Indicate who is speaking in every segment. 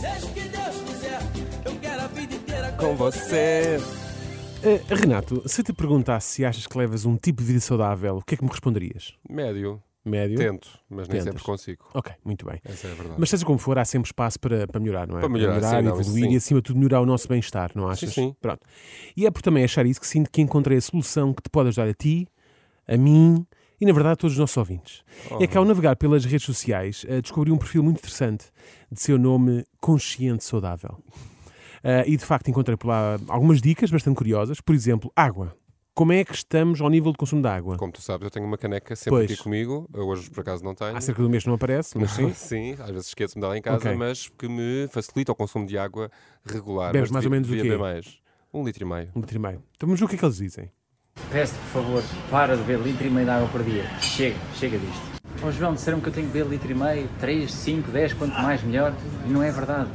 Speaker 1: faz o que Deus quiser. Eu quero a vida inteira
Speaker 2: com você.
Speaker 3: Eh, Renato, se te perguntasse se achas que levas um tipo de vida saudável, o que é que me responderias?
Speaker 2: Médio.
Speaker 3: Médio?
Speaker 2: Tento, mas nem
Speaker 3: Tentas.
Speaker 2: sempre consigo.
Speaker 3: Ok, muito bem.
Speaker 2: Essa é a verdade.
Speaker 3: Mas seja como for, há sempre espaço para, para melhorar, não é?
Speaker 2: Para melhorar, sim, não, isso
Speaker 3: evoluir
Speaker 2: sim.
Speaker 3: e, acima de tudo, melhorar o nosso bem-estar, não achas?
Speaker 2: sim.
Speaker 3: Pronto. E é por também achar isso que sinto que encontrei a solução que te pode ajudar a ti, a mim e, na verdade, a todos os nossos ouvintes.
Speaker 2: Oh.
Speaker 3: É que ao navegar pelas redes sociais, eh, descobri um perfil muito interessante de seu nome Consciente Saudável. Eh, e, de facto, encontrei por lá algumas dicas bastante curiosas. Por exemplo, água. Como é que estamos ao nível de consumo de água?
Speaker 2: Como tu sabes, eu tenho uma caneca sempre
Speaker 3: Pois.
Speaker 2: aqui comigo. Eu hoje, por acaso, não tenho.
Speaker 3: Há cerca de um mês não aparece, mas sim.
Speaker 2: Sim, às vezes esqueço-me dela em casa,
Speaker 3: Ok.
Speaker 2: mas que me facilita o consumo de água regular.
Speaker 3: Bebes
Speaker 2: Mas
Speaker 3: mais ou
Speaker 2: devia-
Speaker 3: menos o
Speaker 2: devia
Speaker 3: quê?
Speaker 2: beber mais. Um litro e meio.
Speaker 3: Um litro e meio. Então, mas o que é que eles dizem?
Speaker 4: Peço, por favor, para de beber litro e meio de água por dia. Chega, chega disto. Ó João, disseram que eu tenho que beber litro e meio, 3, 5, 10, quanto mais melhor. E não é verdade.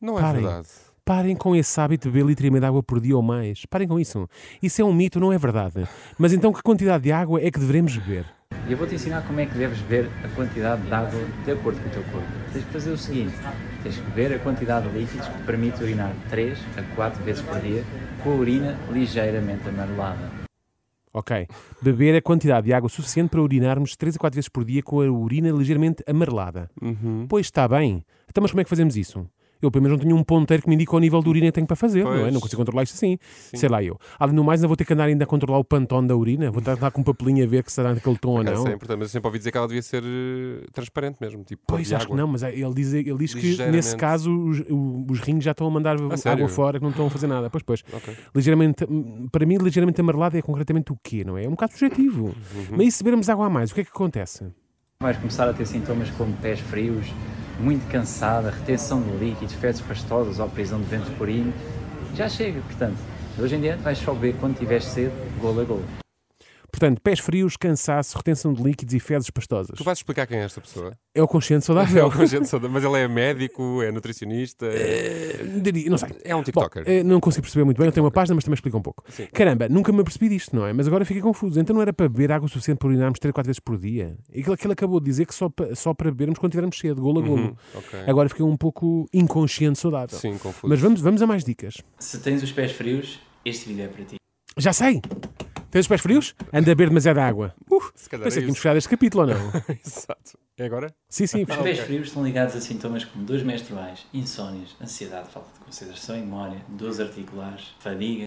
Speaker 2: Não é
Speaker 3: Parem.
Speaker 2: verdade.
Speaker 3: Parem com esse hábito de beber litro e meio de água por dia ou mais. Parem com isso. Isso é um mito, não é verdade. Mas então que quantidade de água é que devemos beber?
Speaker 4: E eu vou-te ensinar como é que deves beber a quantidade de água de acordo com o teu corpo. Tens que fazer o seguinte: tens que beber a quantidade de líquidos que te permite urinar 3 a 4 vezes por dia, com a urina ligeiramente amarelada.
Speaker 3: Ok. Beber a quantidade de água suficiente para urinarmos 3 a 4 vezes por dia com a urina ligeiramente amarelada. Pois está bem. Então, mas como é que fazemos isso? Eu, pelo menos, não tenho um ponteiro que me indique o nível de urina que tenho para fazer, não é?
Speaker 2: Pois.
Speaker 3: Não consigo controlar isto assim. Sei lá, eu. Além do mais, ainda vou ter que andar ainda a controlar o pantone da urina. Vou estar lá com um papelinho a ver que será naquele tom ou
Speaker 2: Cara,
Speaker 3: não.
Speaker 2: isso é importante, mas eu sempre ouvi dizer que ela devia ser eh, transparente mesmo. Tipo, pó
Speaker 3: Pois,
Speaker 2: de
Speaker 3: acho
Speaker 2: água.
Speaker 3: que não, mas é, ele diz, ele diz que
Speaker 2: Ligeiramente.
Speaker 3: nesse caso os, o- os rins já estão a mandar água
Speaker 2: sério?
Speaker 3: fora, que não estão a fazer nada. Pois, pois.
Speaker 2: Ok.
Speaker 3: Ligeiramente, hum, para mim, ligeiramente amarelado é concretamente o quê, não é? É um bocado subjetivo.
Speaker 2: Uhum.
Speaker 3: Mas e se bebermos água a mais, o que é que acontece?
Speaker 4: Vais começar a ter sintomas como pés frios, muito cansada, retenção de líquidos, fezes pastosas ou prisão de ventre purinho. Já chega, portanto. De hoje em diante vais só beber quando tiveres sede, golo a golo.
Speaker 3: Portanto, pés frios, cansaço, retenção de líquidos e fezes pastosas.
Speaker 2: Tu vais explicar quem é esta pessoa?
Speaker 3: É o consciente
Speaker 2: É
Speaker 3: saudável.
Speaker 2: o Cogente Saudável, mas ele é médico, é nutricionista. é-
Speaker 3: Diria- não sei.
Speaker 2: É um
Speaker 3: Bom,
Speaker 2: TikToker.
Speaker 3: eh, não consigo perceber muito bem, eu tenho uma página, mas também explica um pouco. Caramba, nunca me apercebi disto, não é? Mas agora fiquei confuso. Então não era para beber água o suficiente para urinarmos 3, 4 vezes por dia? E aquilo que ele acabou de dizer que só, pa- só para bebermos quando tivermos cedo, golo a golo.
Speaker 2: Uhum, ok.
Speaker 3: Agora fiquei um pouco inconsciente saudável.
Speaker 2: Sim, confuso.
Speaker 3: Mas vamos, vamos a mais dicas.
Speaker 5: Se tens os pés frios, este vídeo é para ti.
Speaker 3: Já sei! Tens os pés frios? Anda a beber demasiada água. Uh,
Speaker 2: Se calhar
Speaker 3: pensei
Speaker 2: é
Speaker 3: que íamos
Speaker 2: isso.
Speaker 3: fechar este capítulo, ou não?
Speaker 2: Exato. É agora?
Speaker 3: sim, sim.
Speaker 5: Os pés frios estão ligados a sintomas como dores menstruais, insónias, ansiedade, falta de concentração e memória, dores articulares, fadiga.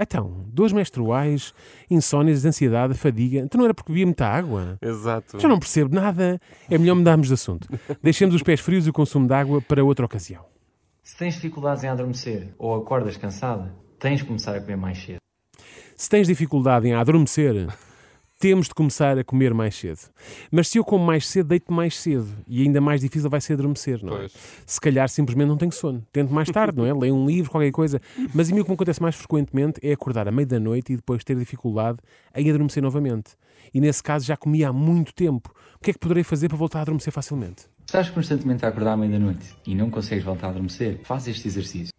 Speaker 3: Então, dores menstruais, insónias, ansiedade, fadiga. Então não era porque bebia muita água?
Speaker 2: Exato.
Speaker 3: Já não percebo nada. É melhor mudarmos de assunto. Deixemos os pés frios e o consumo de água para outra ocasião.
Speaker 4: Se tens dificuldades em adormecer ou acordas cansada, tens de começar a comer mais cedo.
Speaker 3: Se tens dificuldade em adormecer, temos de começar a comer mais cedo. Mas se eu como mais cedo, deito mais cedo. E ainda mais difícil vai ser adormecer, não é?
Speaker 2: Pois.
Speaker 3: Se calhar simplesmente não tenho sono. Tento mais tarde, não é? Leio um livro, qualquer coisa. Mas a mim o que me acontece mais frequentemente é acordar à meia da noite e depois ter dificuldade em adormecer novamente. E nesse caso já comi há muito tempo. O que é que poderei fazer para voltar a adormecer facilmente?
Speaker 4: Estás constantemente a acordar à meia-noite e não consegues voltar a adormecer? Faz este exercício.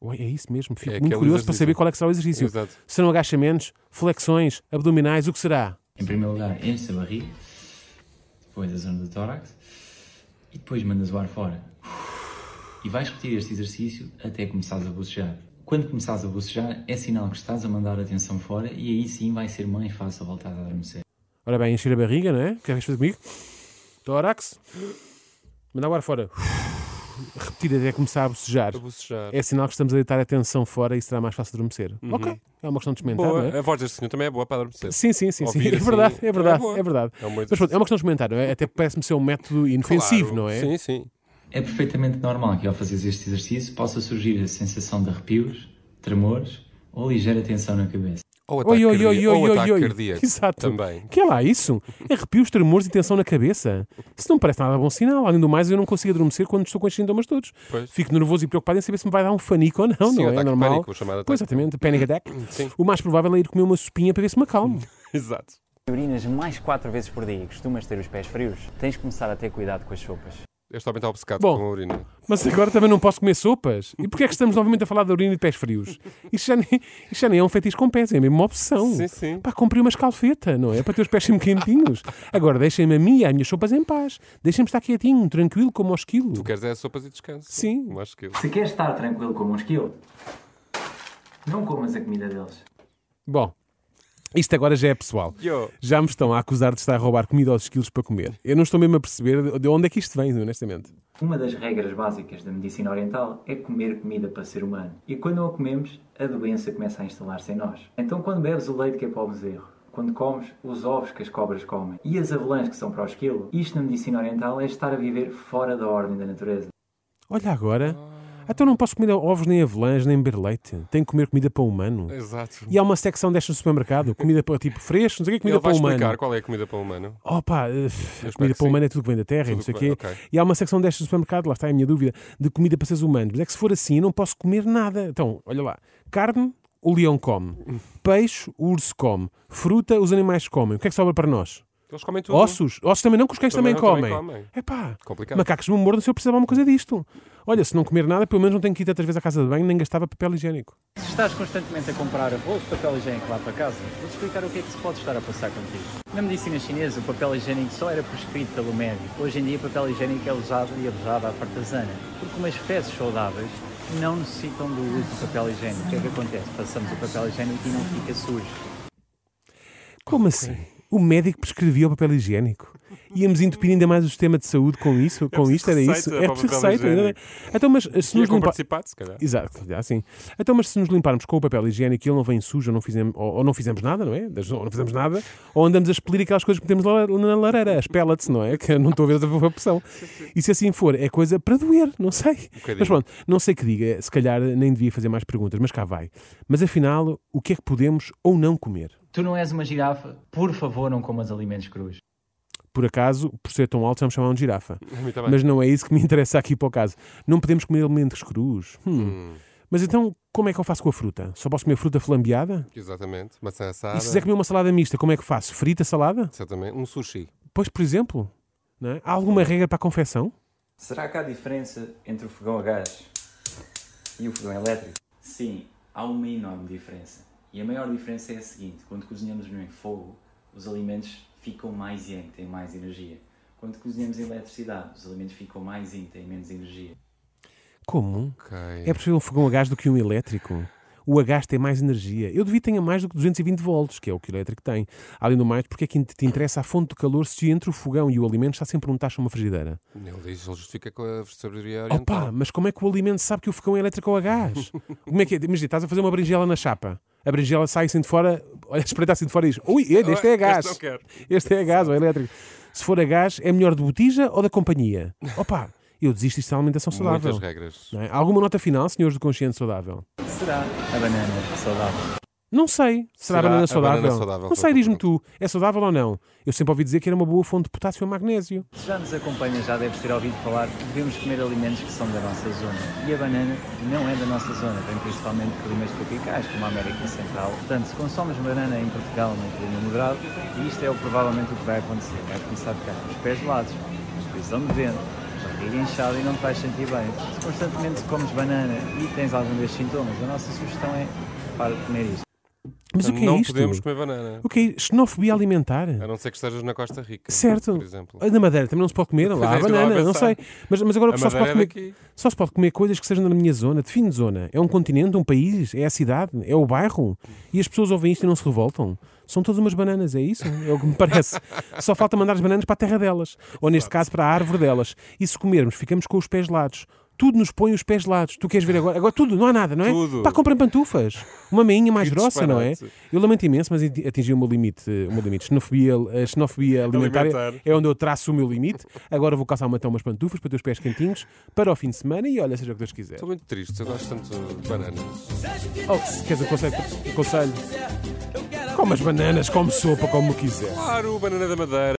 Speaker 3: Ué, é isso mesmo. Fico
Speaker 2: É
Speaker 3: muito
Speaker 2: aquele
Speaker 3: curioso para
Speaker 2: exercício.
Speaker 3: saber qual é que será o exercício.
Speaker 2: Exato.
Speaker 3: Serão agachamentos, flexões, abdominais, o que será?
Speaker 5: Em primeiro lugar, enches a barriga, depois a zona do tórax e depois mandas o ar fora. E vais repetir este exercício até começares a bocejar. Quando começares a bocejar, é sinal que estás a mandar a tensão fora e aí sim vai ser mais fácil voltar a adormecer.
Speaker 3: Ora bem, encher a barriga, não é? Queres fazer comigo? Tórax. Mandar o ar fora. Repetir até começar a bocejar.
Speaker 2: A bocejar.
Speaker 3: É sinal que estamos a deitar a tensão fora e será mais fácil adormecer. Ok. É uma questão de experimentar, não é?
Speaker 2: Uhum. Boa. A voz deste senhor também é boa para adormecer.
Speaker 3: Sim, sim, sim, sim.
Speaker 2: Ouvir
Speaker 3: É verdade,
Speaker 2: assim,
Speaker 3: é verdade,
Speaker 2: boa.
Speaker 3: é verdade.
Speaker 2: É um bom
Speaker 3: Mas pronto, é uma questão de experimentar, não é? Até parece-me ser um método inofensivo,
Speaker 2: Claro.
Speaker 3: não é?
Speaker 2: Sim, sim.
Speaker 5: É perfeitamente normal que ao fazeres este exercício possa surgir a sensação de arrepios, tremores ou ligeira tensão na cabeça.
Speaker 2: Ou
Speaker 3: Oi,
Speaker 2: ataque
Speaker 3: oi, oi,
Speaker 2: cardíaco.
Speaker 3: oi,
Speaker 2: Ou
Speaker 3: oi,
Speaker 2: ataque
Speaker 3: oi.
Speaker 2: cardíaco.
Speaker 3: Exato.
Speaker 2: Também.
Speaker 3: Que é lá isso? Arrepios, tremores e tensão na cabeça? Isso não parece nada bom sinal. Além do mais, eu não consigo adormecer quando estou com estes sintomas todos.
Speaker 2: Pois.
Speaker 3: Fico nervoso e preocupado em saber se me vai dar um fanico ou não,
Speaker 2: Sim,
Speaker 3: não é?
Speaker 2: ataque de
Speaker 3: normal.
Speaker 2: pânico, o chamado
Speaker 3: pois,
Speaker 2: ataque.
Speaker 3: exatamente, panic attack.
Speaker 2: Sim.
Speaker 3: O mais provável é ir comer uma sopinha para ver se me acalmo.
Speaker 2: Exato.
Speaker 4: Urinas mais 4 vezes por dia e costumas ter os pés frios, tens de começar a ter cuidado com as sopas.
Speaker 2: Este homem está obcecado
Speaker 3: Bom. uh,
Speaker 2: com a urina.
Speaker 3: Mas agora também não posso comer sopas. E porquê é que estamos novamente a falar da urina e de pés frios? Isto já nem, isto já nem é um fetiche com pés, é mesmo uma obsessão.
Speaker 2: Sim, sim.
Speaker 3: Pá, comprei uma escalfeta, não é? Para ter os pés sempre quentinhos. Agora deixem-me a mim e as minhas sopas em paz. Deixem-me estar quietinho, tranquilo, como ao esquilo.
Speaker 2: Tu queres é sopas e descanso.
Speaker 3: Sim.
Speaker 2: Eu Acho que eu.
Speaker 5: Se queres estar tranquilo como um esquilo, não comas a comida deles.
Speaker 3: Bom, isto agora já é pessoal.
Speaker 2: Yo.
Speaker 3: Já me estão a acusar de estar a roubar comida aos esquilos para comer. Eu não estou mesmo a perceber de onde é que isto vem, honestamente.
Speaker 5: Uma das regras básicas da medicina oriental é comer comida para ser humano. E quando não a comemos, a doença começa a instalar-se em nós. Então, quando bebes o leite que é para o bezerro, quando comes os ovos que as cobras comem e as avelãs que são para o esquilo, isto na medicina oriental é estar a viver fora da ordem da natureza.
Speaker 3: Olha agora.
Speaker 2: Ah.
Speaker 3: Então não posso comer ovos, nem avelãs, nem beber leite. Tenho que comer comida para o humano.
Speaker 2: É. Exato.
Speaker 3: E há uma secção desta no supermercado, comida para tipo fresco, não sei o que, comida
Speaker 2: Ele vai
Speaker 3: para o
Speaker 2: explicar
Speaker 3: humano.
Speaker 2: qual é a comida para o humano.
Speaker 3: Oh pá, eh, a
Speaker 2: espero
Speaker 3: comida
Speaker 2: que
Speaker 3: para o
Speaker 2: sim.
Speaker 3: humano é tudo que vem da terra, e
Speaker 2: Tudo
Speaker 3: não sei o
Speaker 2: que
Speaker 3: quê.
Speaker 2: vem, ok.
Speaker 3: E há uma secção desta no supermercado, lá está a minha dúvida, de comida para seres humanos. Mas é que se for assim, eu não posso comer nada. Então, olha lá, carne, o leão come. Peixe, o urso come. Fruta, os animais comem. O que é que sobra para nós?
Speaker 2: Eles comem tudo.
Speaker 3: Ossos? Ossos também não, que os cães também,
Speaker 2: Também não, também
Speaker 3: comem.
Speaker 2: comem.
Speaker 3: É pá,
Speaker 2: Complicado.
Speaker 3: macacos me mordam se eu precisar de alguma coisa disto. Olha, se não comer nada, pelo menos não tenho que ir tantas vezes à casa de banho, nem gastava papel higiênico.
Speaker 4: Se estás constantemente a comprar rolos de papel higiênico lá para casa, vou-te explicar o que é que se pode estar a passar contigo. Na medicina chinesa, o papel higiênico só era prescrito pelo médico. Hoje em dia, o papel higiênico é usado e abusado à fartazana, porque umas fezes saudáveis não necessitam do uso do papel higiênico. O que é que acontece? Passamos o papel higiênico e não fica sujo.
Speaker 3: Como assim? O médico prescrevia o papel higiênico. Íamos entupir ainda mais o sistema de saúde com isso? Com
Speaker 2: preciso
Speaker 3: isto? Era
Speaker 2: receita
Speaker 3: isso?
Speaker 2: para
Speaker 3: É
Speaker 2: o
Speaker 3: preciso
Speaker 2: papel
Speaker 3: receita. ainda bem. Então, mas se
Speaker 2: E é
Speaker 3: nos
Speaker 2: com
Speaker 3: limpar...
Speaker 2: participado, se calhar.
Speaker 3: Exato, já sim. Então, mas se nos limparmos com o papel higiênico e ele não vem sujo ou não fizemos, ou, ou não fizemos nada, não é? Das- Ou não fizemos nada, ou andamos a expelir aquelas coisas que metemos lá na lareira, as pellets, não é? Que eu não estou a ver outra opção. E se assim for, é coisa para doer, não sei.
Speaker 2: Um bocadinho.
Speaker 3: mas pronto, não sei que diga, se calhar nem devia fazer mais perguntas, mas cá vai. Mas afinal, o que é que podemos ou não comer?
Speaker 5: Tu não és uma girafa, por favor, não comas alimentos crus.
Speaker 3: por acaso, por ser tão alto, já me chamaram de girafa.
Speaker 2: A mim também.
Speaker 3: Mas não é isso que me interessa aqui para o caso. Não podemos comer alimentos crus. Hum. Mas então, como é que eu faço com a fruta? Só posso comer fruta flambeada?
Speaker 2: Exatamente. Maçã assada.
Speaker 3: E se quiser comer uma salada mista, como é que faço? Frita salada?
Speaker 2: Exatamente. Um sushi.
Speaker 3: Pois, por exemplo. não é? Há alguma regra para a confecção?
Speaker 5: Será que há diferença entre o fogão a gás e o fogão elétrico? Sim, há uma enorme diferença. E a maior diferença é a seguinte: quando cozinhamos no fogo, os alimentos ficam mais yin, têm mais energia. Quando cozinhamos em eletricidade, os alimentos ficam mais yin, têm menos energia.
Speaker 3: Como?
Speaker 2: Ok.
Speaker 3: É preferível um fogão a gás do que um elétrico? O a gás tem mais energia. Eu devia ter mais do que 220 volts, que é o que o elétrico tem. Além do mais, porque é que te interessa a fonte de calor se entre o fogão e o alimento está sempre um tacho ou uma frigideira?
Speaker 2: Ele diz, ele justifica com a sabedoria oriental.
Speaker 3: Opa, mas como é que o alimento sabe que o fogão é elétrico ou a gás? Como é que é? Imagina, estás a fazer uma berinjela na chapa. A berinjela sai assim de fora, olha, espreita assim de fora e diz: Ui, este é a gás.
Speaker 2: Este não quero.
Speaker 3: Este é a gás ou elétrico. Se for a gás, é melhor de botija ou da companhia? Opa, eu desisto isto é alimentação saudável.
Speaker 2: Muitas regras.
Speaker 3: Não é? Alguma nota final, senhores do consciente saudável?
Speaker 4: Será a banana saudável?
Speaker 3: Não sei.
Speaker 2: Será
Speaker 3: Será, a banana
Speaker 2: a
Speaker 3: saudável?
Speaker 2: banana saudável?
Speaker 3: Não sei, diz-me tu. É saudável ou não? Eu sempre ouvi dizer que era uma boa fonte de potássio ou magnésio.
Speaker 4: Se já nos acompanha, já deves ter ouvido falar que devemos comer alimentos que são da nossa zona. E a banana não é da nossa zona, vem principalmente de climas tropicais, como a América Central. Portanto, se consomes banana em Portugal num clima moderado, e isto é o- provavelmente o que vai acontecer. Vai começar a ficar com os pés gelados, prisão de vento, barriga inchada e não te vais sentir bem. Se constantemente comes banana e tens algum destes sintomas, a nossa sugestão é para de comer isto.
Speaker 3: Mas o
Speaker 2: Portanto,
Speaker 3: que é
Speaker 2: não
Speaker 3: isto?
Speaker 2: podemos comer banana.
Speaker 3: O que é isto? Xenofobia alimentar?
Speaker 2: A não ser que estejas na Costa Rica.
Speaker 3: Certo. Ah,
Speaker 2: Por exemplo.
Speaker 3: Na Madeira também não se pode comer, lá, a
Speaker 2: Pois é, isso que eu
Speaker 3: banana,
Speaker 2: estava
Speaker 3: não
Speaker 2: a
Speaker 3: sei.
Speaker 2: pensar.
Speaker 3: Mas, mas agora
Speaker 2: A
Speaker 3: só se, pode
Speaker 2: Madeira é
Speaker 3: comer,
Speaker 2: daqui.
Speaker 3: só se pode comer coisas que sejam na minha zona, de fim de zona. É um continente, um país, é a cidade, é o bairro. E as pessoas ouvem isto e não se revoltam. São todas umas bananas, é isso? É o que me parece. Só falta mandar as bananas para a terra delas. Ou neste caso, para a árvore delas. E se comermos, ficamos com os pés gelados. Tudo nos põe os pés gelados. Tu queres ver agora? Agora tudo, não há nada, não é?
Speaker 2: Tudo.
Speaker 3: Pá, comprem pantufas. Uma meinha mais
Speaker 2: Que
Speaker 3: grossa, não é?
Speaker 2: disparate.
Speaker 3: Eu lamento imenso, mas atingi o meu limite. eh, O meu limite. Xenofobia, a xenofobia alimentar,
Speaker 2: Alimentar.
Speaker 3: é onde eu traço o meu limite. Agora vou calçar uma, então, umas pantufas para ter os pés quentinhos para o fim de semana e olha, seja o que Deus quiser.
Speaker 2: Estou muito triste. Eu gosto tanto de bananas.
Speaker 3: Oh, se queres aconselho, aconselho, come as bananas, come sopa, como quiser.
Speaker 2: Claro, banana da madeira.